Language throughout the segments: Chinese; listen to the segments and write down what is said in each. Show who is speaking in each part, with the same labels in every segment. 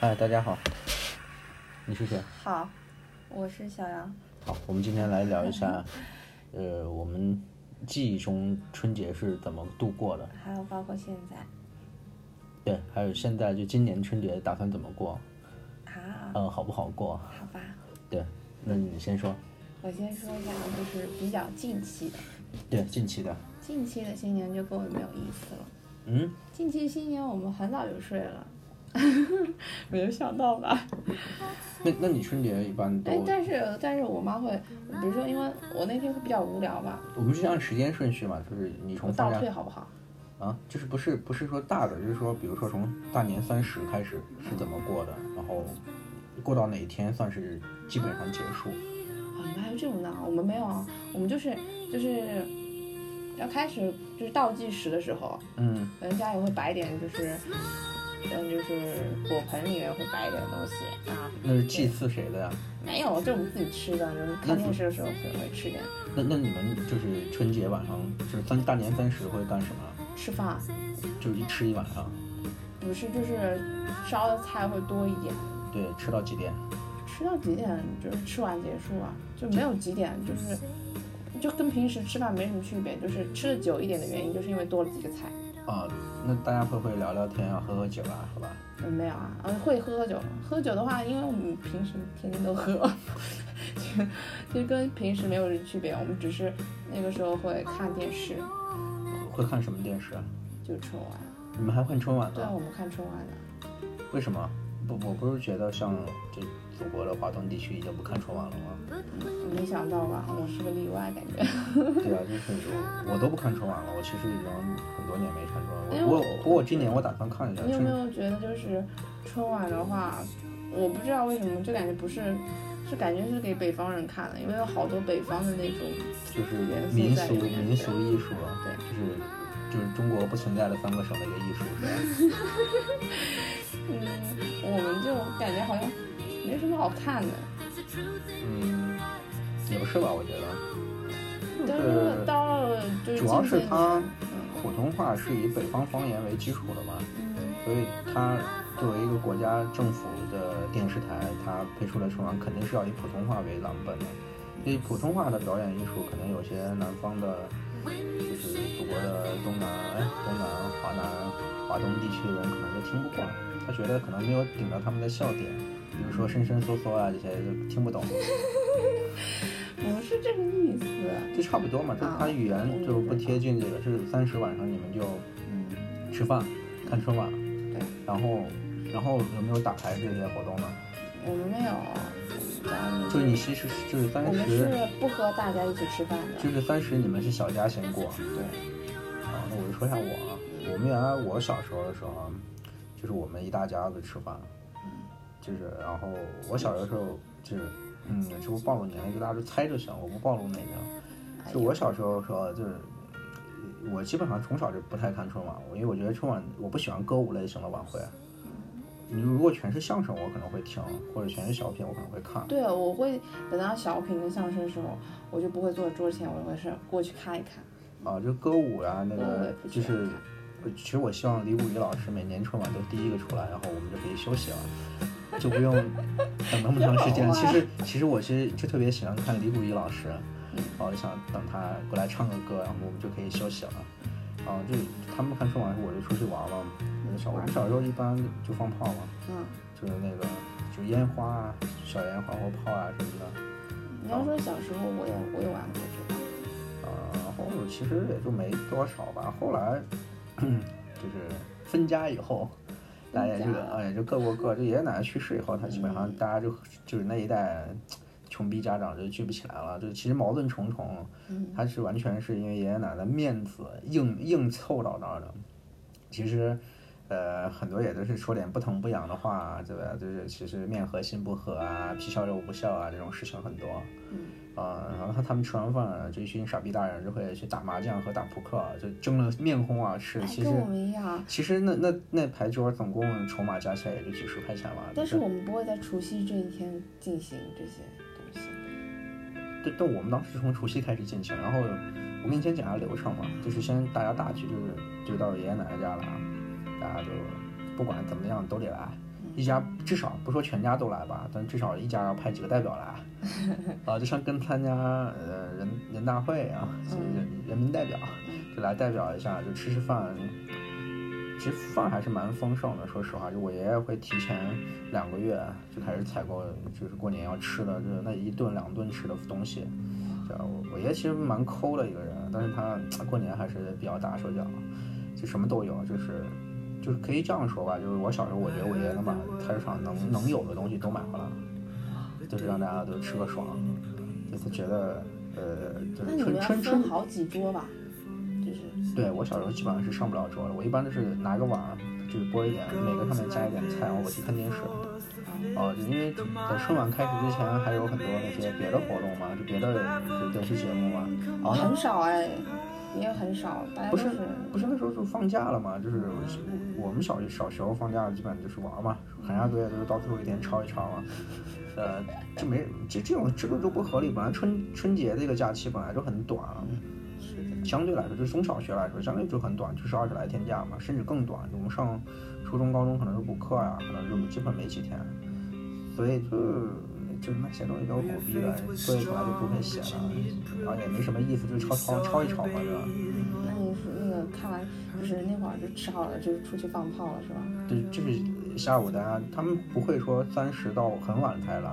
Speaker 1: 哎，大家好，你是谁？
Speaker 2: 好，我是小杨。
Speaker 1: 好，我们今天来聊一下，呃，我们记忆中春节是怎么度过的？
Speaker 2: 还有包括现在
Speaker 1: 对，还有现在就今年春节打算怎么过？
Speaker 2: 啊，
Speaker 1: 呃，好不好过？
Speaker 2: 好吧，
Speaker 1: 对，那你先说。
Speaker 2: 我先说一下，就是比较近期的，
Speaker 1: 对，近期的，
Speaker 2: 近期的新年就跟我没有意思了。
Speaker 1: 嗯，
Speaker 2: 近期新年我们很早就睡了， 没有想到吧？
Speaker 1: 那那你春节一般都
Speaker 2: 哎，，但是但是我妈会，比如说，因为我那天会比较无聊吧，
Speaker 1: 我们是按时间顺序嘛？就是你
Speaker 2: 我
Speaker 1: 从放
Speaker 2: 倒
Speaker 1: 假
Speaker 2: 退好不好？
Speaker 1: 啊，就是不是不是说大的，就是说比如说从大年三十开始是怎么过的，然后过到哪一天算是基本上结束？
Speaker 2: 啊，你们还有这种呢？我们没有啊，我们就是就是要开始就是倒计时的时候，
Speaker 1: 嗯。
Speaker 2: 人家也会摆一点，就是，嗯，就是果盆里面会摆一点东西啊。
Speaker 1: 那是呃祭祀谁的呀？
Speaker 2: 没有，这我们自己吃的，就是看电视的时候会会吃点。
Speaker 1: 那那你们就是春节晚上，就是三大年三十会干什么？
Speaker 2: 吃饭啊
Speaker 1: 就是一吃一晚上，
Speaker 2: 不是，就是烧的菜会多一点，
Speaker 1: 对，吃到几点？
Speaker 2: 吃到几点就是吃完结束啊，就没有几点，就是就跟平时吃饭没什么区别，就是吃的久一点的原因，就是因为多了几个菜。
Speaker 1: 啊，那大家会不会聊聊天啊，喝喝酒啊，好吧？
Speaker 2: 嗯，没有啊，嗯，会喝酒。喝酒的话，因为我们平时天天都喝，就就跟平时没有区别。我们只是那个时候会看电视，
Speaker 1: 会看什么电视啊？
Speaker 2: 就春晚。
Speaker 1: 你们还看春晚
Speaker 2: 对啊，
Speaker 1: 呢？
Speaker 2: 我们看春晚的。
Speaker 1: 为什么？不，我不是觉得像就祖国的华东地区已经不看春晚了 吗？
Speaker 2: 没想到吧，我是个例外，感觉。
Speaker 1: 对啊，就是我我都不看春晚了，我其实已经很多年没看
Speaker 2: 哎
Speaker 1: 春晚。
Speaker 2: 呦
Speaker 1: 我我不过我今年我打算看一下
Speaker 2: 你有没
Speaker 1: 春。
Speaker 2: 有觉得就是春晚的话，我不知道为什么，就感觉不是，是感觉是给北方人看的，因为有好多北方的那种。
Speaker 1: 就是
Speaker 2: 元
Speaker 1: 嗯
Speaker 2: 素
Speaker 1: 民
Speaker 2: 在
Speaker 1: 俗
Speaker 2: 里面
Speaker 1: 民俗艺术，啊
Speaker 2: 对
Speaker 1: 就是就是中国不存在的三个省的一个艺术，是吧？
Speaker 2: 嗯，我们就感觉好像没什么好看的。
Speaker 1: 嗯，也不是吧，我觉得
Speaker 2: 但是到了就
Speaker 1: 呃
Speaker 2: 是
Speaker 1: 主要是
Speaker 2: 近些年
Speaker 1: 它
Speaker 2: 嗯
Speaker 1: 普通话是以北方方言为基础的嘛，
Speaker 2: 嗯
Speaker 1: 所以它作为一个国家政府的电视台，它配出来春晚肯定是要以普通话为蓝本的。所以普通话的表演艺术，可能有些南方的，就是祖国的东南、哎东南、华南、华东地区的人可能就听不过，他觉得可能没有顶到他们的笑点，比如说伸伸缩缩啊这些就听不懂，
Speaker 2: 不是这个意思。
Speaker 1: 就差不多嘛，就是他语言就不贴近这个。是三十晚上你们就
Speaker 2: 嗯，
Speaker 1: 吃饭、看春晚，
Speaker 2: 对，
Speaker 1: 然后然后有没有打牌这些活动呢？
Speaker 2: 我们没有。嗯
Speaker 1: 就是你其实是就是
Speaker 2: 我
Speaker 1: 三
Speaker 2: 们
Speaker 1: 十，
Speaker 2: 是不和大家一起吃饭的。
Speaker 1: 就是三十你们是小家先过。
Speaker 2: 对，
Speaker 1: 啊，那我就说一下我，啊，我们原来我小时候的时候啊，就是我们一大家子吃饭，就是然后我小的时候就是，嗯，这不暴露年龄，就大家就猜就行，我不暴露哪个。
Speaker 2: 哎
Speaker 1: 就我小时候的时候，就是我基本上从小就不太看春晚，因为我觉得春晚我不喜欢歌舞类型的晚会。啊你如果全是相声，我可能会听，或者全是小品，我可能会看。
Speaker 2: 对，我会等到小品跟相声的时候，我就不会坐桌前，我会是过去看一看。
Speaker 1: 啊，就歌舞啊，那
Speaker 2: 歌舞嗯也
Speaker 1: 个
Speaker 2: 不
Speaker 1: 就
Speaker 2: 喜欢
Speaker 1: 是，呃其实我希望李谷一老师每年春晚都第一个出来，然后我们就可以休息了，就不用等那么长时 间。
Speaker 2: 有啊
Speaker 1: 其实其实我是就特别喜欢看李谷一老师，
Speaker 2: 嗯
Speaker 1: 然后就想等他过来唱个歌，然后我们就可以休息了。啊，就他们看春晚的时候，我就出去玩了。我小我们小时候一般就放炮嘛，
Speaker 2: 嗯，
Speaker 1: 就是那个就烟花啊、小烟花或炮啊什么的。
Speaker 2: 你要说小时候，我也我也玩过这个。
Speaker 1: 啊，然后其实也就没多少吧。后来 就是分家以后，大家也就
Speaker 2: 分家
Speaker 1: 啊也就各过各。就爷爷奶奶去世以后，他基本上
Speaker 2: 嗯
Speaker 1: 大家就就是那一代穷逼家长就聚不起来了，就其实矛盾重重。
Speaker 2: 嗯，
Speaker 1: 他是完全是因为爷爷奶奶面子硬硬凑到那儿的。其实，呃，很多也都是说点不疼不痒的话，对吧？就是其实面和心不和啊，皮笑肉不笑啊，这种事情很多。
Speaker 2: 嗯
Speaker 1: 啊，然后他他们吃完饭，这一群傻逼大人就会去打麻将和打扑克，啊就争了面红耳赤。
Speaker 2: 哎，
Speaker 1: 其实
Speaker 2: 跟我们一样，
Speaker 1: 其实那那那牌桌总共筹码加起来也就几十块钱吧。
Speaker 2: 但是我们不会在除夕这一天进行这些东西。
Speaker 1: 对，但我们当时是从除夕开始进行，然后我给你先讲一下流程嘛，就是先大家大局就是就到爷爷奶奶家了啊，大家就不管怎么样都得来，
Speaker 2: 嗯
Speaker 1: 一家至少不说全家都来吧，但至少一家要派几个代表来，啊，就像跟参加呃人人大会啊，人人民代表就来代表一下，就吃吃饭。其实饭还是蛮丰盛的，说实话，就我爷爷会提前两个月就开始采购，就是过年要吃的，就是那一顿两顿吃的东西。对啊，我我爷其实蛮抠的一个人，但是他过年还是比较大手脚，就什么都有，就是就是可以这样说吧，就是我小时候我觉得我爷爷能把菜市场能能有的东西都买回来，就是让大家都吃个爽，就他觉得呃就是
Speaker 2: 那你
Speaker 1: 春
Speaker 2: 们要
Speaker 1: 春春
Speaker 2: 分好几桌吧？就是
Speaker 1: 对我小时候基本上是上不了桌的，我一般都是拿一个碗，就是拨一点，每个上面加一点菜，然后我去看电视。哦、就因为在春晚开始之前还有很多那些别的活动嘛，就别的就电视节目嘛。然后
Speaker 2: 很少哎，也很少，大家
Speaker 1: 哦不
Speaker 2: 都
Speaker 1: 是
Speaker 2: 是
Speaker 1: 不是那时候就放假了嘛，就是我我们小小时候放假基本就是玩嘛，寒假作业都是到最后一天抄一抄嘛。呃，这没这这种这个就不合理。本来春春节这个假期本来就很短，啊相对来说，就是中小学来说，相对就很短，就是二十来天假嘛，甚至更短。我们上初中、高中可能是补课呀、可能就基本没几天，所以就就是那些东西都是狗逼的，作业出来就不会写了，然后也没什么意思，就抄抄抄一抄嘛，对吧？
Speaker 2: 那你是那个看完就是那会儿就吃好了，就是出去放炮了是吧？
Speaker 1: 对，就是下午大家他们不会说三十到很晚才来，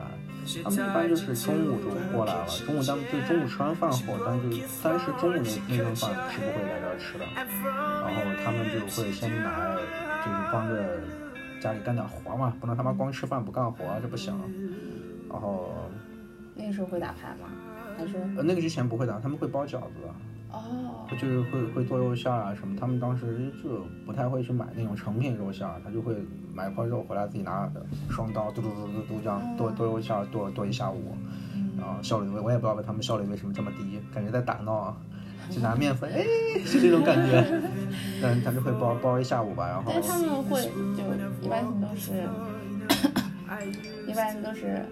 Speaker 1: 他们一般就是中午就过来了。中午他们就中午吃完饭后，但是三十中午那那顿饭是不会在这儿吃的，然后他们就会先来，就是帮着家里干点活嘛，不能他妈光吃饭不干活，啊这不行。然后
Speaker 2: 那个时候会打牌吗？还是
Speaker 1: 呃那个之前不会的，他们会包饺子。
Speaker 2: 哦
Speaker 1: 就是会会做肉馅儿啊什么，他们当时就不太会去买那种成品肉馅儿，他就会买块肉回来自己拿双刀嘟嘟嘟嘟嘟这样剁
Speaker 2: 哦
Speaker 1: 剁肉馅儿，剁剁一下午，
Speaker 2: 嗯
Speaker 1: 然后效率我也不知道他们效率为什么这么低，感觉在打闹，啊就拿面粉，哎，就这种感 觉，但他就会包包一下午吧，然后
Speaker 2: 但是他们会就一般性都 是，一般性都是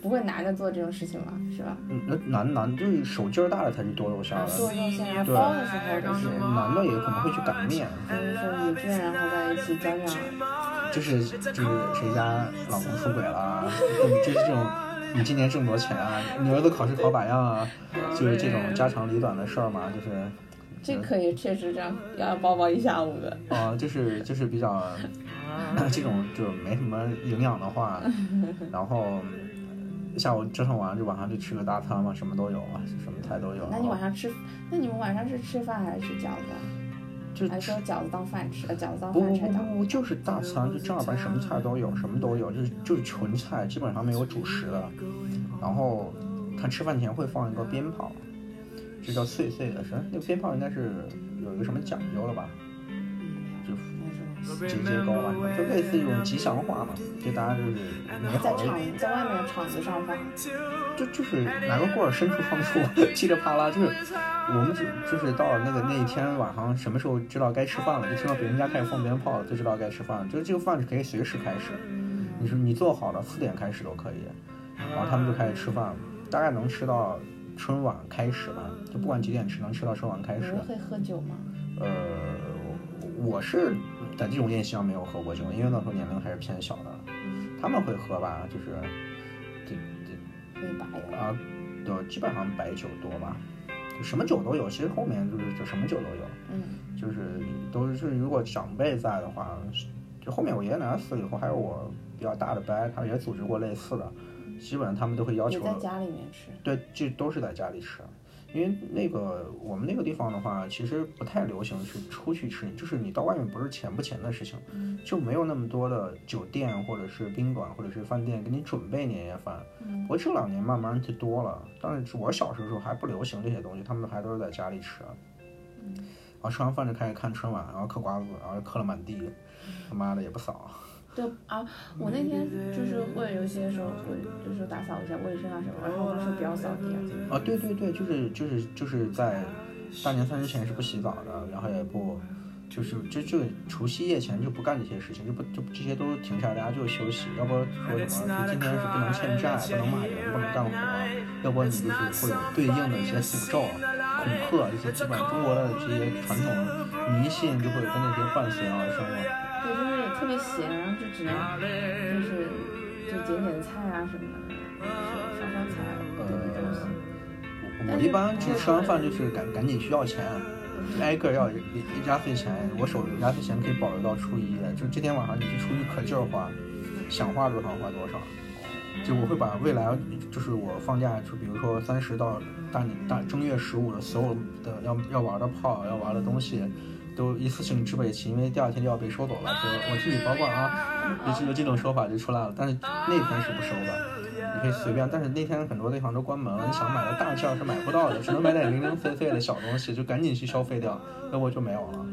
Speaker 2: 不会男的做这种事情嘛，是吧？
Speaker 1: 嗯那男男就是手劲儿大的才去剁肉馅儿
Speaker 2: 啊，
Speaker 1: 的，
Speaker 2: 做肉馅然后
Speaker 1: 对
Speaker 2: 包的时候就是，嗯
Speaker 1: 男的也可能会去擀面，
Speaker 2: 就是说米面，然后在一起浇上，
Speaker 1: 就是就是谁家老公出轨了，就是这种你今年挣多少钱啊，你儿子考试考咋样啊，就是这种家长里短的事儿嘛，就是
Speaker 2: 这可以确实这样要包包一下午的。
Speaker 1: 啊、呃就是就是比较这种就是没什么营养的话，然后下午折腾完就晚上就吃个大餐嘛，什么都有啊，什么菜都有。
Speaker 2: 那你晚上吃，那你们晚上是吃饭还是吃饺子啊？
Speaker 1: 就
Speaker 2: 还是说饺子当饭吃，呃饺子当
Speaker 1: 不
Speaker 2: 饭
Speaker 1: 不
Speaker 2: 吃
Speaker 1: 不
Speaker 2: 饺子？
Speaker 1: 不，就是大餐，就正儿八经什么菜都有，什么都有，就是就是纯菜，基本上没有主食的。然后他吃饭前会放一个鞭炮，就叫碎碎的，是那个鞭炮应该是有一个什么讲究了吧？就节节高吧，就类似一种吉祥话嘛，就大家就是美
Speaker 2: 在
Speaker 1: 好的，
Speaker 2: 场在外面场子上放，
Speaker 1: 就就是拿个棍儿伸出双手， 噼里啪啦，就是我们就就是到那个那一天晚上什么时候知道该吃饭了，就听到别人家开始放鞭炮了，就知道该吃饭了。就是这个饭是可以随时开始，你说你做好了四点开始都可以，然后他们就开始吃饭，大概能吃到春晚开始吧，就不管几点吃，能吃到春晚开
Speaker 2: 你
Speaker 1: 始。
Speaker 2: 们会喝酒吗？
Speaker 1: 呃，我是在这种宴席上没有喝过酒，因为那时候年龄还是偏小的。他们会喝吧，就是这这
Speaker 2: 会白的。
Speaker 1: 啊，对，基本上白酒多吧，就什么酒都有。其实后面就是就什么酒都有，
Speaker 2: 嗯，
Speaker 1: 就是都是如果长辈在的话，就后面我爷爷奶奶死了以后，还有我比较大的伯，他们也组织过类似的，基本上他们都会要
Speaker 2: 也
Speaker 1: 求
Speaker 2: 在家里面吃。
Speaker 1: 对，这都是在家里吃，因为那个我们那个地方的话，其实不太流行去出去吃，就是你到外面不是钱不钱的事情，
Speaker 2: 嗯
Speaker 1: 就没有那么多的酒店或者是宾馆或者是饭店给你准备年夜饭。不过这两年慢慢就多了，但是我小时候的时候还不流行这些东西，他们还都是在家里吃。然后吃完饭就开始看春晚，然后嗑瓜子，然后嗑了满地，他妈的也不扫。
Speaker 2: 对啊，我那天就是会有些时候会就是打扫一下卫生啊什么，然后我妈说不要扫地啊什么。
Speaker 1: 啊，对对对，就是就是就是在大年三十前是不洗澡的，然后也不就是就就除夕夜前就不干这些事情，就不就这些都停下来，大家就休息。要不说什么就今天是不能欠债，不能骂人，不能干活，要不你就是会有对应的一些诅咒，啊恐吓，一些基本中国的这些传统迷信就会跟那些啊伴随而生了。
Speaker 2: 对，就是特别咸，然后就只能就是就点点菜啊什么的，烧烧菜这种东西。
Speaker 1: 我我一般就吃完饭就是赶赶紧需要钱，挨个要一家费钱，我手里压岁钱可以保留到初一，就这天晚上你去出去可劲儿花，想花多少花多少。就我会把未来就是我放假就比如说三十到大年大正月十五的所有的要要玩的炮要玩的东西，都一次性支备齐，因为第二天就要被收走了，说啊我替你保管啊，有有这种说法就出来了。但是那天是不收的，你可以随便。但是那天很多地方都关门了，你想买的大件是买不到的，只能买点零零碎碎的小东西，就赶紧去消费掉，要不就没有了。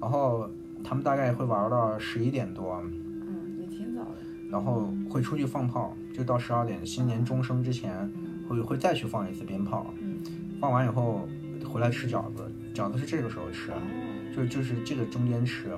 Speaker 1: 然后他们大概会玩到十一点多，
Speaker 2: 嗯，也挺早的。
Speaker 1: 然后会出去放炮，就到十二点新年钟声之前，会会再去放一次鞭炮。
Speaker 2: 嗯，
Speaker 1: 放完以后回来吃饺子，饺子是这个时候吃，啊就就是这个中间吃，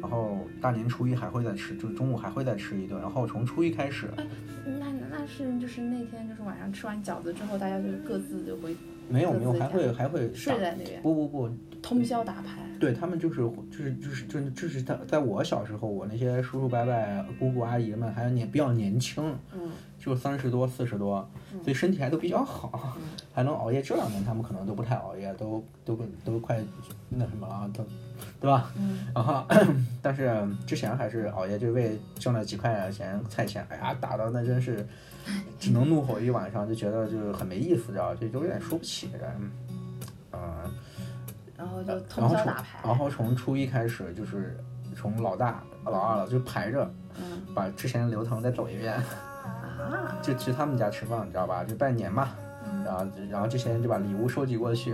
Speaker 1: 然后大年初一还会再吃，就中午还会再吃一顿，然后从初一开始，
Speaker 2: 啊那那是就是那天就是晚上吃完饺子之后，大家就各自就回
Speaker 1: 没有没有
Speaker 2: 各自
Speaker 1: 还会还会
Speaker 2: 睡
Speaker 1: 打
Speaker 2: 在那边，
Speaker 1: 不不不，
Speaker 2: 通宵打牌。
Speaker 1: 对他们就是就是就是就是就是在在我小时候，我那些叔叔伯伯、姑姑阿姨们还年比较年轻，
Speaker 2: 嗯，
Speaker 1: 就三十多、四十多，所以身体还都比较好，还能熬夜。这两年他们可能都不太熬夜，都都都快那什么了，啊都对吧？
Speaker 2: 嗯
Speaker 1: 然后，但是之前还是熬夜，就为挣了几块钱菜钱，哎呀，打的那真是只能怒吼一晚上，就觉得就是很没意思，知道吧？就有点输不起的，嗯。呃
Speaker 2: 然后就通
Speaker 1: 然后
Speaker 2: 宵
Speaker 1: 从
Speaker 2: 打牌。
Speaker 1: 然后从初一开始就是从老大老二了，就排着
Speaker 2: 嗯
Speaker 1: 把之前的流程再走一遍，
Speaker 2: 啊，
Speaker 1: 就去他们家吃饭，你知道吧？就拜年嘛。然后然后这些人就把礼物收集过去，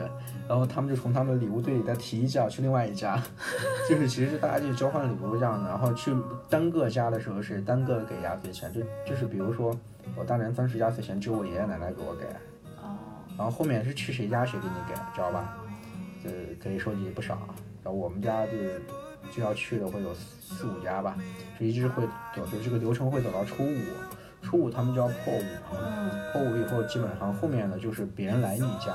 Speaker 1: 然后他们就从他们的礼物堆里再提一家去另外一家， 就是其实大家就交换礼物这样的。然后去单个家的时候是单个给压岁钱，就就是比如说我大年三十压岁钱只有我爷爷奶奶给我给，
Speaker 2: 哦，
Speaker 1: 然后后面是去谁家谁给你给，知道吧？就是可以收集不少。然后我们家就是就要去的会有四五家吧，就一直会走，就这个流程会走到初五，初五他们就要破五，
Speaker 2: 嗯
Speaker 1: 破五以后基本上后面的就是别人来你家，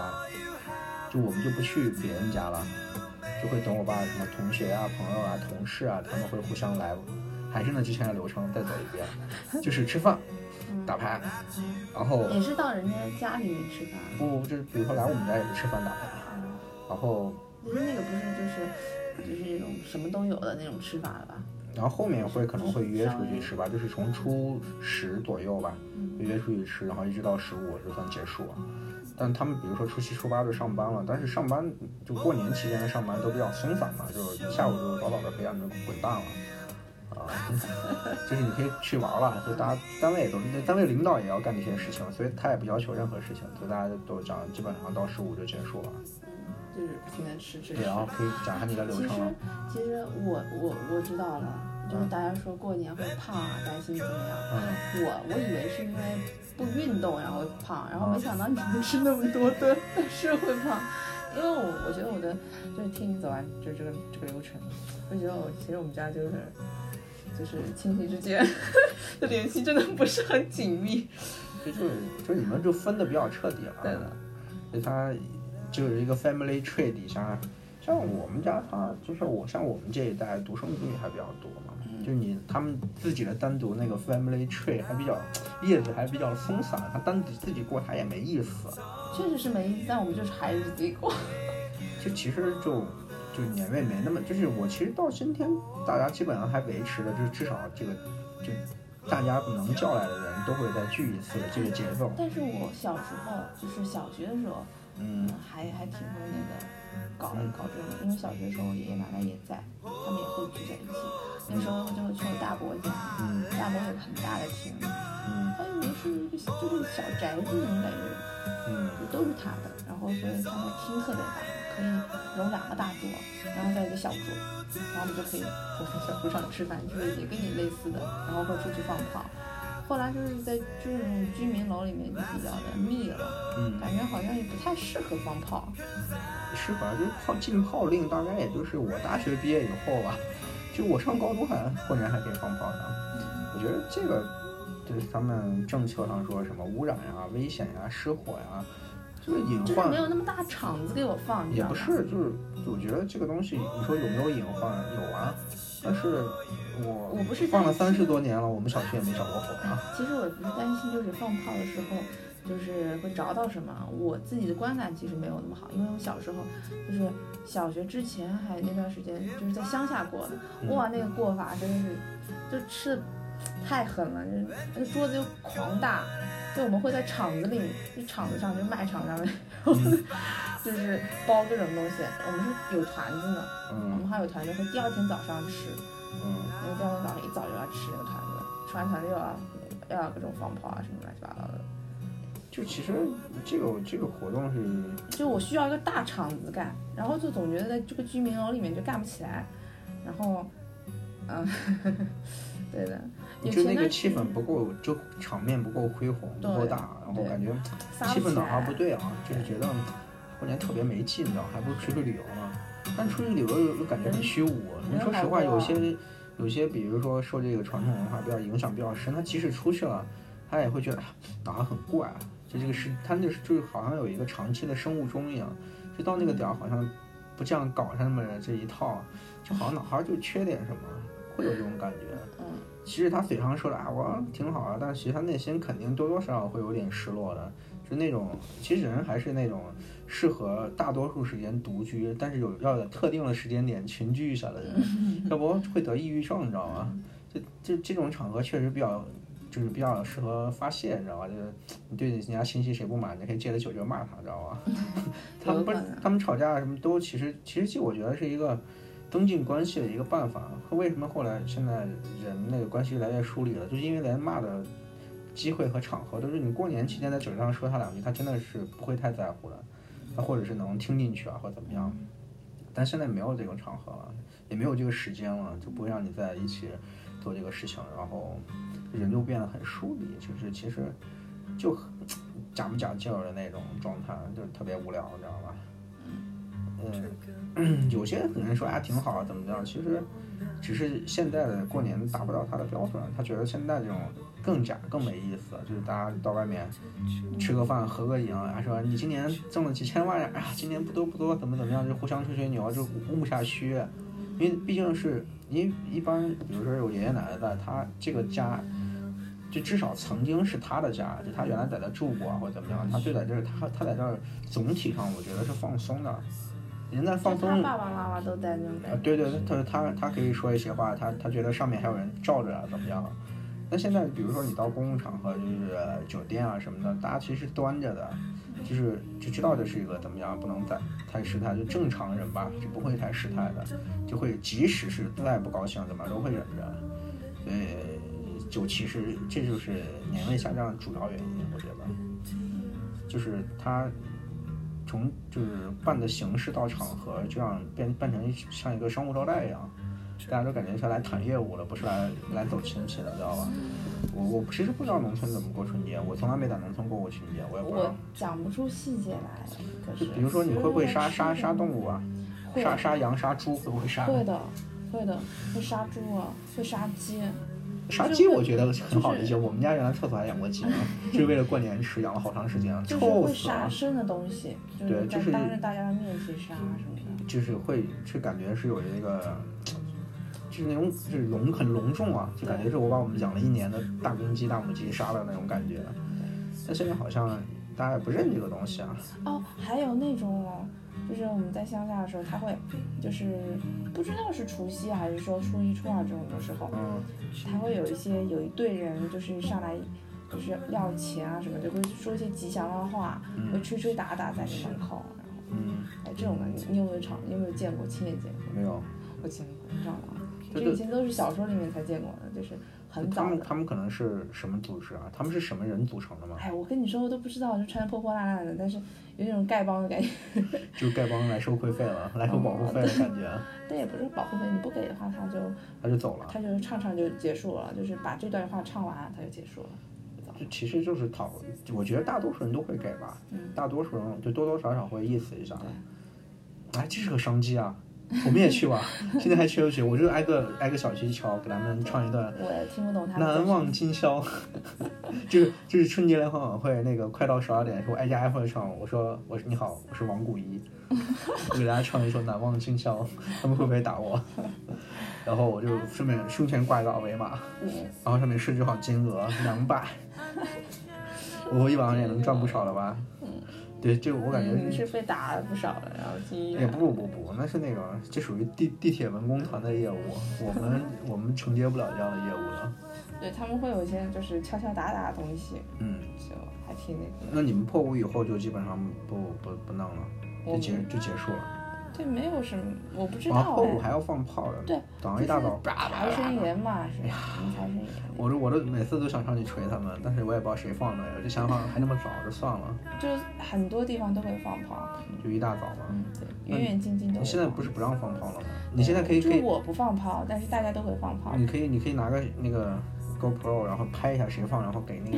Speaker 1: 就我们就不去别人家了，就会等我爸什么同学啊、朋友啊、同事啊，他们会互相来，还是那之前的流程再走一遍，就是吃饭、
Speaker 2: 嗯，
Speaker 1: 打牌，然后
Speaker 2: 也是到人家家里面吃饭。
Speaker 1: 不不不就是比如说来我们家也是吃饭打牌，
Speaker 2: 嗯
Speaker 1: 然后
Speaker 2: 就是那个不是就是就是那种什么都有的那种吃法了吧？
Speaker 1: 然后后面会可能会约出去吃吧，就是从初十左右吧，
Speaker 2: 嗯
Speaker 1: 约出去吃，然后一直到十五就算结束。但他们比如说初七、初八就上班了，但是上班就过年期间的上班都比较松散嘛，就是下午就早早的可以让你们滚蛋了，啊， 就是你可以去玩了，就大家单位也都单位领导也要干这些事情，所以他也不要求任何事情，就大家都讲基本上到十五就结束了，
Speaker 2: 就是不停的吃吃吃
Speaker 1: 对，。然后可以讲一下你的流
Speaker 2: 其实
Speaker 1: 程啊嗯了。
Speaker 2: 啊其实我我我知道了，就是大家说过年会胖啊，担心怎么样？
Speaker 1: 嗯，
Speaker 2: 我我以为是因为不运动然后会胖，然后
Speaker 1: 啊
Speaker 2: 没想到你们吃那么多顿是会胖，因为我我觉得我的就是听你走完就这个这个流程，我觉得我其实我们家就是就是亲戚之间 的联系真的不是很紧密，
Speaker 1: 这就是就是你们就分的比较彻底了。
Speaker 2: 对的，
Speaker 1: 所以它就是一个 family tree 底下，像我们家它就是我像我们这一代独生子女还比较多嘛，
Speaker 2: 嗯
Speaker 1: 就你他们自己的单独那个 family tree 还比较叶子还比较松散，他单独自己过他也没意思。
Speaker 2: 确实是没意思，但我们就是还是自己过，
Speaker 1: 就其实就就年味没那么，就是我其实到今天大家基本上还维持的，就是至少这个就大家能叫来的人都会再聚一次的这个节奏。
Speaker 2: 但是我小时候就是小学的时候，
Speaker 1: 嗯，
Speaker 2: 还还挺会那个搞搞这种，因为小学的时候我爷爷奶奶也在，他们也会聚在一起。那时候就会去我大伯家，
Speaker 1: 嗯
Speaker 2: 大伯有个很大的厅，
Speaker 1: 嗯
Speaker 2: 他以为是一个就是小宅子那种感觉，
Speaker 1: 嗯
Speaker 2: 就都是他的。然后所以他的厅特别大，可以容两个大桌，然后再一个小桌，然后我们就可以坐在小桌上吃饭，就是也跟你类似的，然后会出去放炮。后来就是在就是那种居民楼里面就比较的密了，
Speaker 1: 嗯。
Speaker 2: 感觉好像也不太适合放炮。
Speaker 1: 是吧？就是炮禁炮令，大概也就是我大学毕业以后吧。就我上高中还过年还可以放炮仗，我觉得这个就是他们政策上说什么污染呀、危险呀、失火呀，这个隐
Speaker 2: 真的
Speaker 1: 患
Speaker 2: 没有那么大场子给我放，你知
Speaker 1: 也
Speaker 2: 道
Speaker 1: 不
Speaker 2: 吗？
Speaker 1: 是，就是我觉得这个东西，你说有没有隐患？有啊，但是我
Speaker 2: 我不是
Speaker 1: 放了
Speaker 2: 担
Speaker 1: 三
Speaker 2: 心
Speaker 1: 十多年了，我们小区也没着过火啊。
Speaker 2: 其实我不是担心，就是放炮的时候，就是会着到什么。我自己的观感其实没有那么好，因为我小时候就是小学之前还那段时间就是在乡下过的，
Speaker 1: 嗯
Speaker 2: 哇，那个过法真的是，就吃的太狠了，就是那个桌子又狂大。就我们会在场子里，就场子上，就卖场上面， 就是包各种东西。我们是有团子呢，我
Speaker 1: 嗯
Speaker 2: 们还有团子会第二天早上吃。
Speaker 1: 嗯，
Speaker 2: 因为第二天早上一早就要吃那个团子，吃完团子又要又要各种放炮啊什么乱七八糟的。
Speaker 1: 就其实这个这个活动是，
Speaker 2: 就我需要一个大场子干，然后就总觉得在这个居民楼里面就干不起来，然后，嗯， 对的，有
Speaker 1: 就
Speaker 2: 钱
Speaker 1: 那
Speaker 2: 的
Speaker 1: 个嗯气氛不够，就场面不够恢宏，不够
Speaker 2: 对
Speaker 1: 大，然后
Speaker 2: 对
Speaker 1: 感觉
Speaker 2: 撒
Speaker 1: 气氛
Speaker 2: 不起
Speaker 1: 哪儿
Speaker 2: 来
Speaker 1: 不。对啊，就是觉得过年特别没劲，你知道，还不如出去旅游呢。但出去旅游又又感觉很虚无。啊你说实话，有些有些，比如说受这个传统文化比较影响比较深，他即使出去了，他也会觉得哎哪儿很怪，啊就这个是他那是就是好像有一个长期的生物钟一样，就到那个点儿好像不这样搞上面这一套，就好像哪儿就缺点什么，会有这种感觉。
Speaker 2: 嗯，
Speaker 1: 其实他嘴上说的啊，我挺好啊，但其实他内心肯定多多少少会有点失落的。就那种，其实人还是那种适合大多数时间独居，但是有要有特定的时间点群居一下的 人，要不会得抑郁症，你知道吗？就就这种场合确实比较，就是比较适合发泄，你知道吧？就是你对人家信息谁不满，你可以借着酒劲骂他，你知道 吧？他们不是
Speaker 2: 有可能
Speaker 1: 他们吵架什么都，其实其实其实我觉得是一个增进关系的一个办法。为什么后来现在人那个关系越来越疏离了？就是因为连骂的机会和场合都是你过年期间在酒上说他两句，他真的是不会太在乎的，他或者是能听进去啊，或者怎么样。但现在没有这种场合了，也没有这个时间了，就不会让你在一起做这个事情，然后人就变得很疏离，就是其实就很假不假劲儿的那种状态，就是特别无聊，你知道吧？嗯，有些可能说啊挺好，怎么着？其实只是现在的过年达不到他的标准，他觉得现在这种更假、更没意思，就是大家到外面吃个饭、合个影，啊，说你今年挣了几千万呀、啊，今年不多不多，怎么怎么样，就互相吹吹牛，就慕下虚。因为毕竟是，因为一般，比如说有爷爷奶奶在，他这个家，就至少曾经是他的家，就他原来在这住过啊或者怎么样，他就在这儿，他他在这儿总体上我觉得是放松的，人在放
Speaker 2: 就他
Speaker 1: 松。
Speaker 2: 爸爸妈妈都在那种
Speaker 1: 啊
Speaker 2: 感，觉。
Speaker 1: 对对，他他他可以说一些话，他他觉得上面还有人罩着啊，怎么样？那现在比如说你到公共场合，就是酒店啊什么的，大家其实是端着的，就是就知道这是一个怎么样，不能再太失态，就正常人吧，是不会太失态的，就会即使是再不高兴怎么样都会忍着。所以酒呃其实这就是年味下降的主要原因，我觉得，就是它从就是办的形式到场合，就让变变成一像一个商务招待一样，大家都感觉是来谈业务的，不是来来走亲戚的，知道吧？我我其实不知道农村怎么过春节，我从来没在农村过过春节，我也不知道
Speaker 2: 我。讲不出细节来，可
Speaker 1: 就是啊比如说你会不会杀杀杀动
Speaker 2: 物？
Speaker 1: 物啊？
Speaker 2: 会
Speaker 1: 杀杀羊、杀猪会不会杀？
Speaker 2: 会的，会的，会杀猪啊，会杀鸡，
Speaker 1: 杀
Speaker 2: 就
Speaker 1: 鸡
Speaker 2: 会
Speaker 1: 我觉觉得很好理
Speaker 2: 就
Speaker 1: 解，我们家原来厕所还养过鸡呢，就是为了过年吃，养了好长时间，
Speaker 2: 就是
Speaker 1: 臭
Speaker 2: 会
Speaker 1: 死了
Speaker 2: 杀。生的东西，就
Speaker 1: 对
Speaker 2: 是
Speaker 1: 就
Speaker 2: 在
Speaker 1: 是嗯
Speaker 2: 当着大家的面去杀什么的。
Speaker 1: 就是会是感觉是有一个，就是那种就是隆很隆重啊，就感觉是我把我们养了一年的大公鸡、大母鸡杀了那种感觉。但现在好像大家也不认这个东西啊，
Speaker 2: 哦，还有那种哦，就是我们在乡下的时候，他会就是不知道是除夕啊还是说初一、初二这种的时候，
Speaker 1: 嗯，
Speaker 2: 他会有一些有一队人就是上来。就是要钱啊什么的，会说一些吉祥的话，
Speaker 1: 嗯
Speaker 2: 会吹吹打打在你门口，然后
Speaker 1: 嗯，
Speaker 2: 哎这种的，你你有没有尝？你有没有见过？亲眼见过？
Speaker 1: 没有，
Speaker 2: 我见过，你知道吗？
Speaker 1: 对
Speaker 2: 这
Speaker 1: 对
Speaker 2: 以前都是小说里面才见过的，就是很
Speaker 1: 他
Speaker 2: 早
Speaker 1: 们
Speaker 2: 的。
Speaker 1: 他们可能是什么组织啊？他们是什么人组成的吗？
Speaker 2: 哎，我跟你说，我都不知道，就穿的破破烂烂的，但是有一种丐帮的感觉。
Speaker 1: 就丐帮来收会费了，来
Speaker 2: 哦
Speaker 1: 收保护费的感觉，啊
Speaker 2: 但也不是保护费，你不给的话，他就
Speaker 1: 他就走了。
Speaker 2: 他就唱唱就结束了，就是把这段话唱完，他就结束了。
Speaker 1: 就其实就是讨，我觉得大多数人都会给吧，
Speaker 2: 嗯
Speaker 1: 大多数人就多多少少会意思一下。
Speaker 2: 对
Speaker 1: 哎，这是个商机啊！我们也去 吧，现在还缺不缺？我就挨个挨个小区敲，给他们唱一段
Speaker 2: 我也听不懂他们在
Speaker 1: 难
Speaker 2: 说
Speaker 1: 忘今宵， 就是就是春节联欢晚会那个快到十二点的时候，挨家挨户的唱，我说我说你好，我是王古一，我给大家唱一首难忘今宵，他们会不会打我？ 然后我就顺便胸前挂一个二维码，
Speaker 2: 你
Speaker 1: 然后上面设置好金额两百，我一晚上也能赚不少了吧？对，这个我感觉
Speaker 2: 你嗯是被打了不少了，然后啊进医
Speaker 1: 也
Speaker 2: 院。
Speaker 1: 不不不，那是那个，这属于地地铁文工团的业务，我们我们承接不了这样的业务了。
Speaker 2: 对他们会有一些就是敲敲打打的东西，
Speaker 1: 嗯，
Speaker 2: 就还挺那个。
Speaker 1: 那你们破五以后就基本上不不不弄了，
Speaker 2: 我
Speaker 1: 就结
Speaker 2: 们
Speaker 1: 就结束了。
Speaker 2: 对没有什么，我不知道
Speaker 1: 啊，破五
Speaker 2: 哎。
Speaker 1: 还要放炮的，
Speaker 2: 对，
Speaker 1: 早上
Speaker 2: 就是
Speaker 1: 一大早，叭叭叭
Speaker 2: 财神
Speaker 1: 叭。
Speaker 2: 爷嘛，是迎财神爷。
Speaker 1: 哎我都我都每次都想上去捶他们，但是我也不知道谁放的，我就想想还那么早，就算了，
Speaker 2: 就很多地方都会放炮，
Speaker 1: 就一大早嘛。
Speaker 2: 嗯，对，远远近近都
Speaker 1: 你
Speaker 2: 会
Speaker 1: 现在
Speaker 2: 放。
Speaker 1: 不是不让放炮了吗？你现在可以
Speaker 2: 就
Speaker 1: 可以，
Speaker 2: 是
Speaker 1: 嗯
Speaker 2: 我不放炮，但是大家都会放炮。
Speaker 1: 你可以你可以拿个那个 GoPro，然后拍一下谁放，然后给那 个，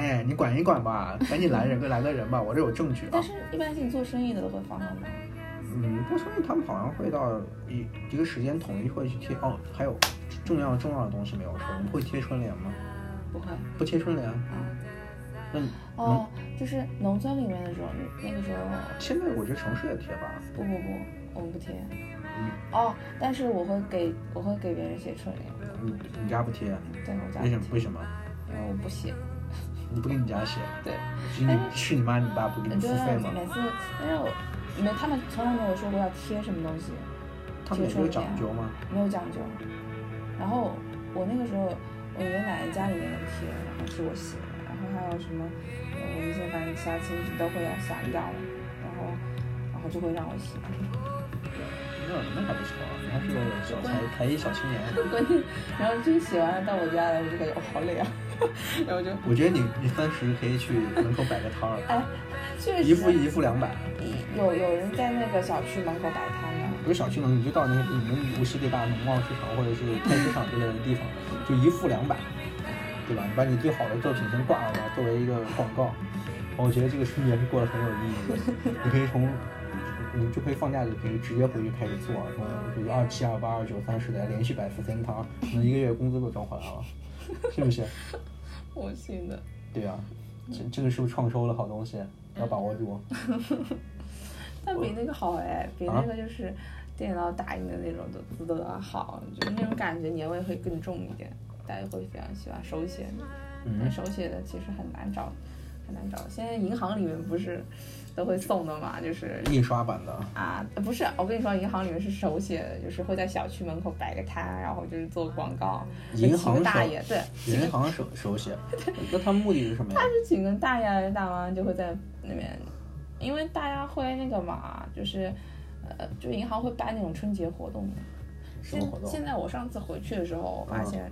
Speaker 1: 哎，你管一管吧，赶紧来人个来个人吧，我这有证据啊
Speaker 2: 但。是一般性做生意的都会放上嘛。
Speaker 1: 嗯，不过生意他们好像会到一一个时间统一会去贴哦，还有重要重要的东西没有说，你们会贴春联吗？
Speaker 2: 不会啊。
Speaker 1: 不贴春联，那
Speaker 2: 哦，就是农村里面的时候，那个时候
Speaker 1: 现在我觉得城市也贴吧。
Speaker 2: 不不不，我们不贴。哦，但是我会给我会给别人写春联，
Speaker 1: 你你家不贴？
Speaker 2: 对我家不
Speaker 1: 为什么？
Speaker 2: 贴，
Speaker 1: 为什么？
Speaker 2: 因为我不写。
Speaker 1: 你不给你家写？
Speaker 2: 对，
Speaker 1: 是你是你妈你爸不给
Speaker 2: 哎对，啊
Speaker 1: 你付费吗？
Speaker 2: 每次，但是我没他们从来没有说过要贴什么东西，
Speaker 1: 他们也有讲究吗？
Speaker 2: 没有讲究。然后我那个时候，呃我爷爷奶奶家里面有贴，然后是我写的，然后还有什么，呃我们现在反正其他亲戚都会要想要，然后然后就会让我写。
Speaker 1: 那那还不错啊，你还是个小才才艺小青年。
Speaker 2: 关键，然后就是写完了到我家来，我就感觉哦好累啊，然后就
Speaker 1: 我觉得你你三十可以去门口摆个摊儿，
Speaker 2: 哎，确
Speaker 1: 一副
Speaker 2: 实
Speaker 1: 一副两百，
Speaker 2: 有有人在那个小区门口摆摊呢。
Speaker 1: 不是小区门，你就到那个你们无锡最大的农贸市场或者是菜市场之类的地方，就一副两百，对吧？你把你最好的作品先挂上来，作为一个广告。哦我觉得这个春节是过得很有意义的，你可以从。你就可以放假，就可以直接回去开始做，从比如二七、二八、二九、三十的连续摆四天汤，可能一个月工资都挣回来了，是不是？
Speaker 2: 我信的，
Speaker 1: 对呀、这这个是不是创收的好东西？要把握住。
Speaker 2: 但比那个好哎，比那个就是电脑打印的那种的字都要好，就是那种感觉年味会更重一点，大家会非常喜欢手写的。但
Speaker 1: 嗯，
Speaker 2: 手写的其实很难找，很难找。现在银行里面不是都会送的嘛，就是
Speaker 1: 嗯印刷版的，
Speaker 2: 啊，不是，我跟你说，银行里面是手写的，就是会在小区门口摆个摊，然后就是做广告，就
Speaker 1: 啊银
Speaker 2: 请
Speaker 1: 行
Speaker 2: 个大
Speaker 1: 手
Speaker 2: 爷，对，
Speaker 1: 银行手手写，那他目的是什么呀？
Speaker 2: 就请个大爷还是大妈就会在那边，因为大家会那个嘛，就是呃，就银行会办那种春节活动嘛。
Speaker 1: 什
Speaker 2: 现
Speaker 1: 么活动？嗯
Speaker 2: 现在我上次回去的时候，我发现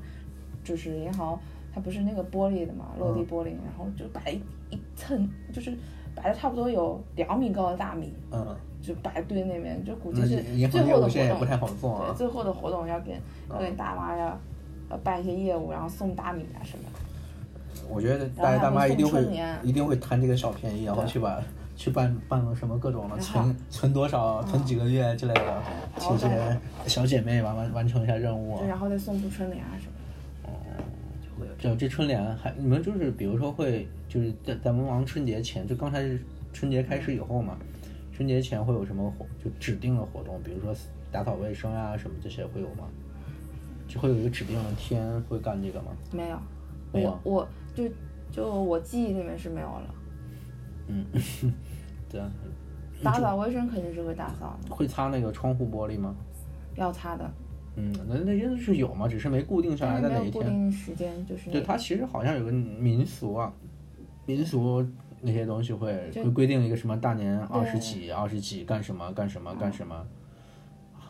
Speaker 2: 就是银行它不是那个玻璃的嘛，落
Speaker 1: 嗯
Speaker 2: 地玻璃，然后就摆一一层，就是摆了差不多有两米高的大米，
Speaker 1: 嗯，
Speaker 2: 就摆堆那边，就估计
Speaker 1: 那
Speaker 2: 是
Speaker 1: 嗯银
Speaker 2: 最
Speaker 1: 行业
Speaker 2: 后的
Speaker 1: 务现在也
Speaker 2: 活
Speaker 1: 不
Speaker 2: 动。
Speaker 1: 太好做
Speaker 2: 对，
Speaker 1: 啊。
Speaker 2: 最后的活动要给要给
Speaker 1: 嗯
Speaker 2: 大妈要呃办一些业务，然后送大米啊什么的。
Speaker 1: 我觉得大爷大妈一定会一定会贪这个小便宜，然后
Speaker 2: 对
Speaker 1: 去把去办办个什么各种的
Speaker 2: 然后
Speaker 1: 存存多少、存几个月之类的，
Speaker 2: 对
Speaker 1: 请这
Speaker 2: 然后
Speaker 1: 些小姐妹完完完成一下任务啊
Speaker 2: 对，。然后再送部春联啊什么的。就会有这
Speaker 1: 这这春联还你们就是比如说会就是在咱们忙春节前，就刚才是春节开始以后嘛，春节前会有什么活就指定的活动，比如说打扫卫生啊什么这些会有吗？就会有一个指定的天会干这个吗？
Speaker 2: 种没有，
Speaker 1: 没有
Speaker 2: 我我就就我记忆里面是没有了。
Speaker 1: 嗯，对啊，
Speaker 2: 打扫卫生肯定是会打扫的，
Speaker 1: 会擦那个窗户玻璃吗？
Speaker 2: 要擦的，
Speaker 1: 嗯，那那些是有吗？只是没固定下
Speaker 2: 但
Speaker 1: 来
Speaker 2: 是
Speaker 1: 在
Speaker 2: 嗯没
Speaker 1: 哪
Speaker 2: 有
Speaker 1: 一
Speaker 2: 固
Speaker 1: 天。
Speaker 2: 定时间，就是
Speaker 1: 对，
Speaker 2: 那
Speaker 1: 它其实好像有个民俗啊，民俗那些东西会
Speaker 2: 就
Speaker 1: 会规定一个什么大年
Speaker 2: 对嗯
Speaker 1: 二十几、二十几干什么干什么干什么。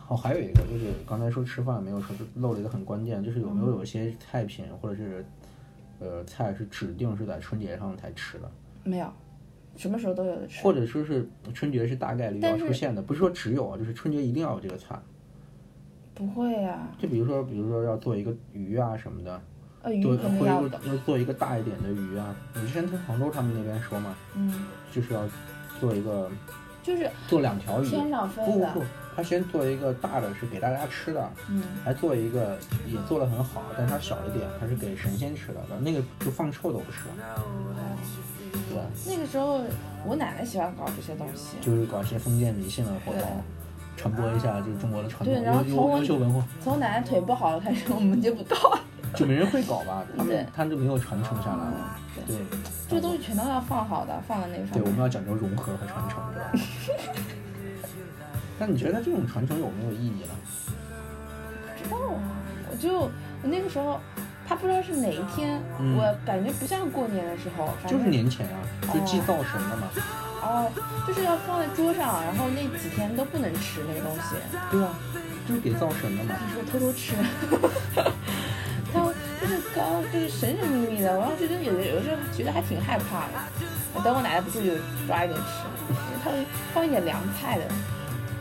Speaker 1: 哦，还有一个就是刚才说吃饭没有说漏了一个很关键，就是有没有有些菜品或者是呃菜是指定是在春节上才吃的，
Speaker 2: 没有，什么时候都有的吃。
Speaker 1: 或者说是春节是大概率要
Speaker 2: 但是
Speaker 1: 出现的，不是说只有啊，就是春节一定要有这个菜。
Speaker 2: 不会啊呀、
Speaker 1: 就比如说，比如说要做一个鱼啊什么的，
Speaker 2: 呃，鱼
Speaker 1: 做
Speaker 2: 肯定
Speaker 1: 会
Speaker 2: 要
Speaker 1: 要
Speaker 2: 的，
Speaker 1: 要做一个大一点的鱼啊。我之前听杭州他们那边说嘛，
Speaker 2: 嗯，
Speaker 1: 就是要做一个
Speaker 2: 就是
Speaker 1: 做两条鱼，
Speaker 2: 天上飞
Speaker 1: 不不
Speaker 2: 的
Speaker 1: 不，他先做一个大的是给大家吃的，
Speaker 2: 嗯
Speaker 1: 还做一个也做得很好，但是它小一点，它是给神仙吃的，那个就放臭都不吃，
Speaker 2: 哦
Speaker 1: 对吧？
Speaker 2: 那个时候我奶奶喜欢搞这些东西，
Speaker 1: 就是搞一些封建迷信的活动，传播一下就是中国的传统
Speaker 2: 对然后
Speaker 1: 优
Speaker 2: 从我
Speaker 1: 优优秀文化，
Speaker 2: 从我奶奶腿不好了开始，我们就不搞了。
Speaker 1: 就没人会搞吧？他
Speaker 2: 对
Speaker 1: 们他们就没有传承下来了。对，
Speaker 2: 这个东西全都要放好的，放在那上
Speaker 1: 对，我
Speaker 2: 面。
Speaker 1: 们要讲究融合和传承，知道吗？ 那你觉得这种传承有没有意义呢？
Speaker 2: 不知道啊，我就我那个时候，他不知道是哪一天，
Speaker 1: 嗯
Speaker 2: 我感觉不像过年的时候，反
Speaker 1: 就是
Speaker 2: 正
Speaker 1: 年前啊，就祭灶神的嘛。
Speaker 2: 哦，就是要放在桌上，然后那几天都不能吃那个东西。
Speaker 1: 对啊，就是给灶神的嘛。
Speaker 2: 你说偷偷吃， 他就是刚就是神神秘秘的，我当时真有的有时候觉得还挺害怕的。我等我奶奶不注意，我抓一点吃，因为他会放一点凉菜的。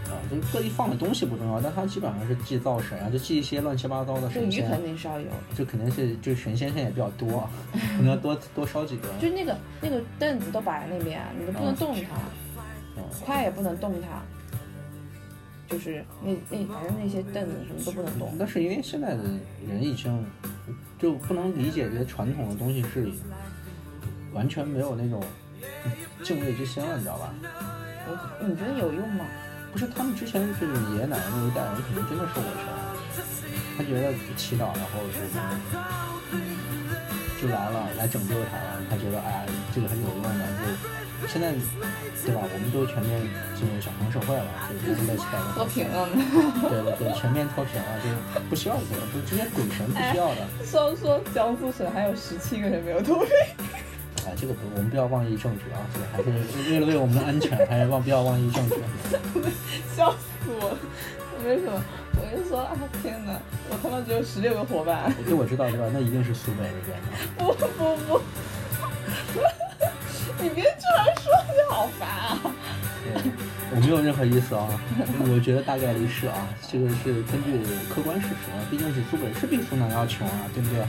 Speaker 1: 啊，就是各地放的东西不重要，但它基本上是祭灶神啊，就祭一些乱七八糟的
Speaker 2: 这个
Speaker 1: 神
Speaker 2: 鱼肯
Speaker 1: 仙，啊
Speaker 2: 定是要有的，
Speaker 1: 就肯定是就神仙现在也比较多啊，可能要多多烧几个。
Speaker 2: 就是那个那个凳子都摆在那边，啊你都不能动它，
Speaker 1: 嗯，
Speaker 2: 筷也不能动它，就是那那反正那些凳子什么都不能动。
Speaker 1: 但是因为现在的人已经就不能理解这些传统的东西是完全没有那种嗯敬畏之心了，你知道吧？
Speaker 2: 我你觉得有用吗？
Speaker 1: 不是他们之前就是爷爷奶奶那一代人，可能真的受过伤，他觉得祈祷，然后什么就来了，来拯救他了，他觉得哎呀，这个很有用的，就现在对吧？我们都全面进入小康社会了，就不是在祈祷
Speaker 2: 脱贫 了，
Speaker 1: 对对对，全面脱贫了，就是不需要这个，就这些鬼神不需要的。
Speaker 2: 虽然说江苏省还有十七个人没有脱贫。
Speaker 1: 哎，这个不，我们不要忘记政治啊，这个还是为了为我们的安全，还是忘不要忘记政治。
Speaker 2: 笑死我了！为什么？我就说啊，天哪，我他妈只有十六个伙伴！
Speaker 1: 因为我知道，对吧？那一定是苏北那边的。
Speaker 2: 不不 不，你别这样说，你好烦啊！
Speaker 1: 对， 我没有任何意思啊，我觉得大概率是啊，这个是根据客观事实啊，毕竟是苏北是比苏南要穷啊，对不对？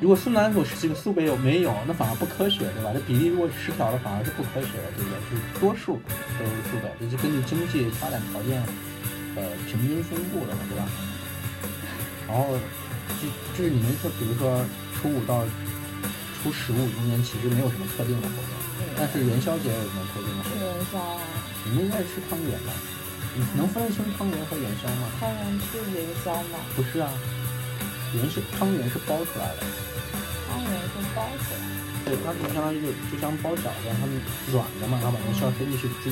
Speaker 1: 如果苏南有十几个，苏北有没有，那反而不科学，对吧？这比例如果失调了，反而是不科学的，对不对？就是多数都是苏北，这是根据经济发展条件，呃，平均分布的嘛，对吧？然后，就就是你们说，比如说初五到初十五中间，其实没有什么特定的活动，
Speaker 2: 嗯
Speaker 1: 但是元宵节有什么特定的活动？
Speaker 2: 吃元宵啊，
Speaker 1: 你们应该是吃汤圆吧？你能分得清汤圆和元宵吗？
Speaker 2: 汤圆吃元宵吗？
Speaker 1: 不是啊，元宵汤圆是包出来的，
Speaker 2: 汤圆是包起来
Speaker 1: 对，它就相当于就就像包饺子，它们软的嘛，然后把元宵伸进去就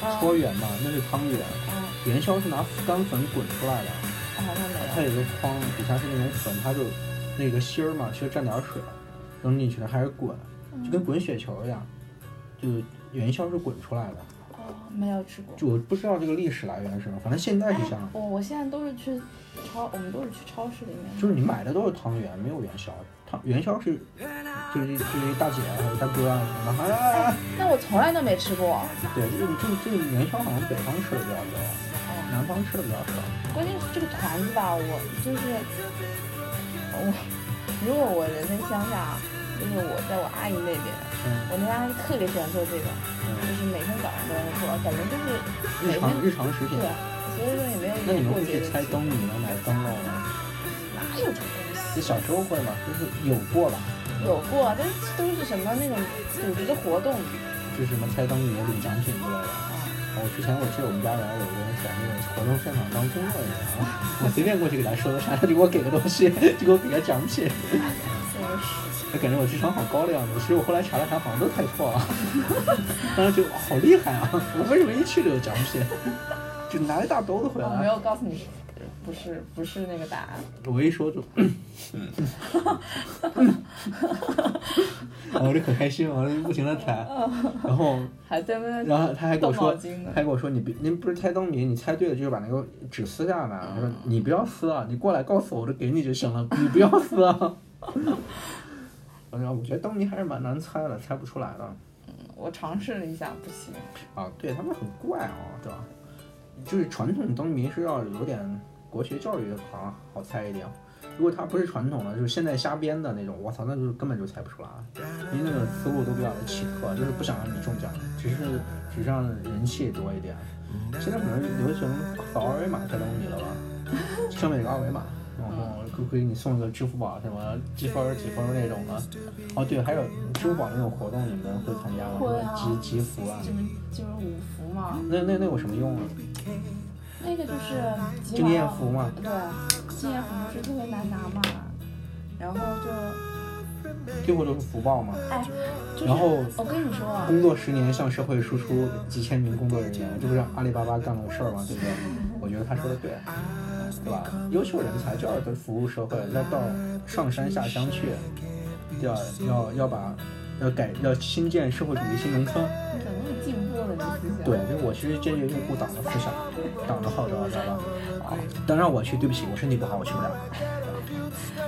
Speaker 2: 啊
Speaker 1: 搓圆嘛，那是汤圆。
Speaker 2: 啊
Speaker 1: 元宵是拿干粉滚出来的，
Speaker 2: 啊，好像
Speaker 1: 它
Speaker 2: 没有。
Speaker 1: 有个筐，底下是那种粉，它就那个芯儿嘛，其实蘸点水扔进去的，还是滚，就跟滚雪球一样，就元宵是滚出来的。
Speaker 2: 哦，没有吃过。哦
Speaker 1: 就我不知道这个历史来源是什么，反正现在是这样。
Speaker 2: 我我现在都是去超，我们都是去超市里面。
Speaker 1: 就是你买的都是汤圆，没有元宵。汤元宵是就是就是一大姐啊还有大哥啊什么的，啊，
Speaker 2: 但我从来都没吃过。哦
Speaker 1: 对，这个这个这个元宵好像北方吃的比较多，
Speaker 2: 哦。
Speaker 1: 南方吃的比较少。
Speaker 2: 关键是这个团子吧，我就是我，如果我人在乡下，就是我在我阿姨那边，
Speaker 1: 嗯
Speaker 2: 我那阿姨特别喜欢做这个，就
Speaker 1: 嗯，
Speaker 2: 是每天早上都在做，感觉就是每
Speaker 1: 日
Speaker 2: 天
Speaker 1: 常日常食品
Speaker 2: 对。，啊所以说也没有
Speaker 1: 那
Speaker 2: 一
Speaker 1: 你们
Speaker 2: 个过
Speaker 1: 会
Speaker 2: 节
Speaker 1: 去
Speaker 2: 的
Speaker 1: 猜灯谜吗？买灯笼吗？
Speaker 2: 哪有这种东
Speaker 1: 就
Speaker 2: 西？
Speaker 1: 小时候会吗？就是有过吧，
Speaker 2: 有过，但是都是什么那种组织的活动
Speaker 1: 就是什么猜灯谜领奖品之类的。
Speaker 2: 啊，
Speaker 1: 我之前我记得我们家原来有个人在那个活动现场当工作人员啊，我随便过去给他说个啥，他就给我给个东西， 就给我给个奖品。
Speaker 2: 真是
Speaker 1: 我感觉我智商好高的样子。其实我后来查了查，好像都猜错了。 当时觉得哇好厉害啊！我为什么一去就有奖品？ 就拿一大兜子回
Speaker 2: 哦我没
Speaker 1: 来。
Speaker 2: 有告诉你，不是不是那个答案，
Speaker 1: 我一 说就，嗯，然哦后我就可开心了，我就不停的猜。然 后，
Speaker 2: 还在那
Speaker 1: 然后他还跟我说
Speaker 2: 哦动脑筋呢，
Speaker 1: 他还跟我说，你别，您不是猜灯谜，你猜对了就是把那个纸撕下来。我说你不要撕啊，你过来告诉我，我就给你就行了，你不要撕啊。 我说我觉得灯谜还是蛮难猜的，猜不出来的。
Speaker 2: 我尝试了一下，不行，
Speaker 1: 啊，对他们很怪啊、对吧？就是传统灯谜是要有点国学教育好像好猜一点，如果它不是传统的，就是现在瞎编的那种，我操，那就是根本就猜不出来，啊因为那个思路都比较的奇特，就是不想让你中奖，只是只是让人气多一点。现在可能流行扫二维码这东西了吧，上面有个二维码，然后可可以你送一个支付宝什么积分儿几分儿那种的。哦，对，还有支付宝那种活动，你们会参加吗？
Speaker 2: 会啊
Speaker 1: 什么集集福啊
Speaker 2: 就，是就是五福嘛，
Speaker 1: 那那那有什么用啊？
Speaker 2: 那个就是集
Speaker 1: 就
Speaker 2: 满
Speaker 1: 念
Speaker 2: 了
Speaker 1: 福嘛。
Speaker 2: 对，纪念服不是特别难拿嘛，然后就
Speaker 1: 最后都是福报嘛。
Speaker 2: 哎，就是
Speaker 1: 然后
Speaker 2: 我跟你说啊，
Speaker 1: 工作十年向社会输出几千名工作人员，这不是阿里巴巴干过事儿吗？对不对？我觉得他说的对，对吧？优秀人才就要得服务社会，要到上山下乡去，要要要把要改要新建社会主义新农村。
Speaker 2: 你可能也进步了，你思想。
Speaker 1: 对，就是我其实这个用户党的思想，党的号召，知道吧？啊，当然我去，对不起，我身体不好，我去不了。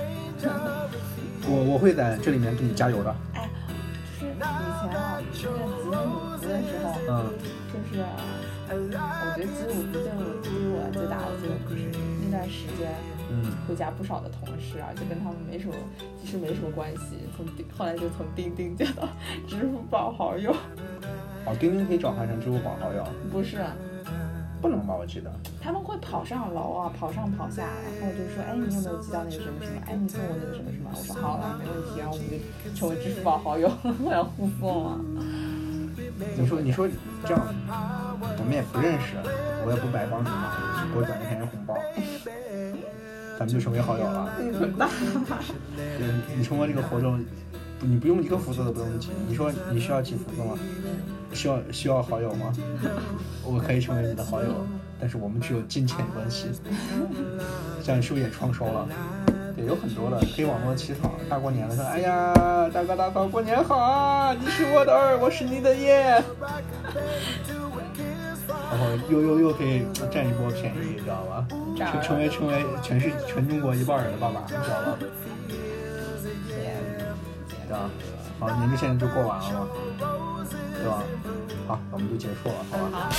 Speaker 1: 我我会在这里面给你加油的。
Speaker 2: 就是以前啊，那个集五福的时候，
Speaker 1: 嗯，
Speaker 2: 就是我觉得集五福对我对于我最大的作用就是那段时间
Speaker 1: 嗯，
Speaker 2: 回家不少的同事啊，就跟他们没什么，其实没什么关系。从钉后来就从钉钉加到支付宝好友，
Speaker 1: 哦，钉钉可以转化成支付宝好友，
Speaker 2: 不是。啊
Speaker 1: 不能吧？我记得。
Speaker 2: 他们会跑上楼啊，跑上跑下，然后就说，哎，你有没有寄到那个什么什么？哎，你送我那个什么什么？我说好了，没问题。啊然后我们就成为支付宝好友， 然后互送啊。
Speaker 1: 你说你说这样，我们也不认识，我也不白帮你忙，给我转一千元红包，咱们就成为好友了。
Speaker 2: 你滚蛋！
Speaker 1: 嗯，你通过这个活动，你不用一个福字都不用集，你说你需要集福字吗？需要需要好友吗？我可以成为你的好友，
Speaker 2: 嗯
Speaker 1: 但是我们只有金钱关系。这样是不是也创收了？对，有很多的可以网络乞讨。大过年的说，哎呀，大哥大嫂，过年好啊！你是我的儿，我是你的爷。然后又又又可以占一波便宜，你知道吧？
Speaker 2: 炸
Speaker 1: 成成为成为全是全中国一半人的爸爸，你知道吧？
Speaker 2: 天，
Speaker 1: 对吧？好，年终现在就过完了嘛，对吧？好，我们就结束了，好吧？
Speaker 2: 好。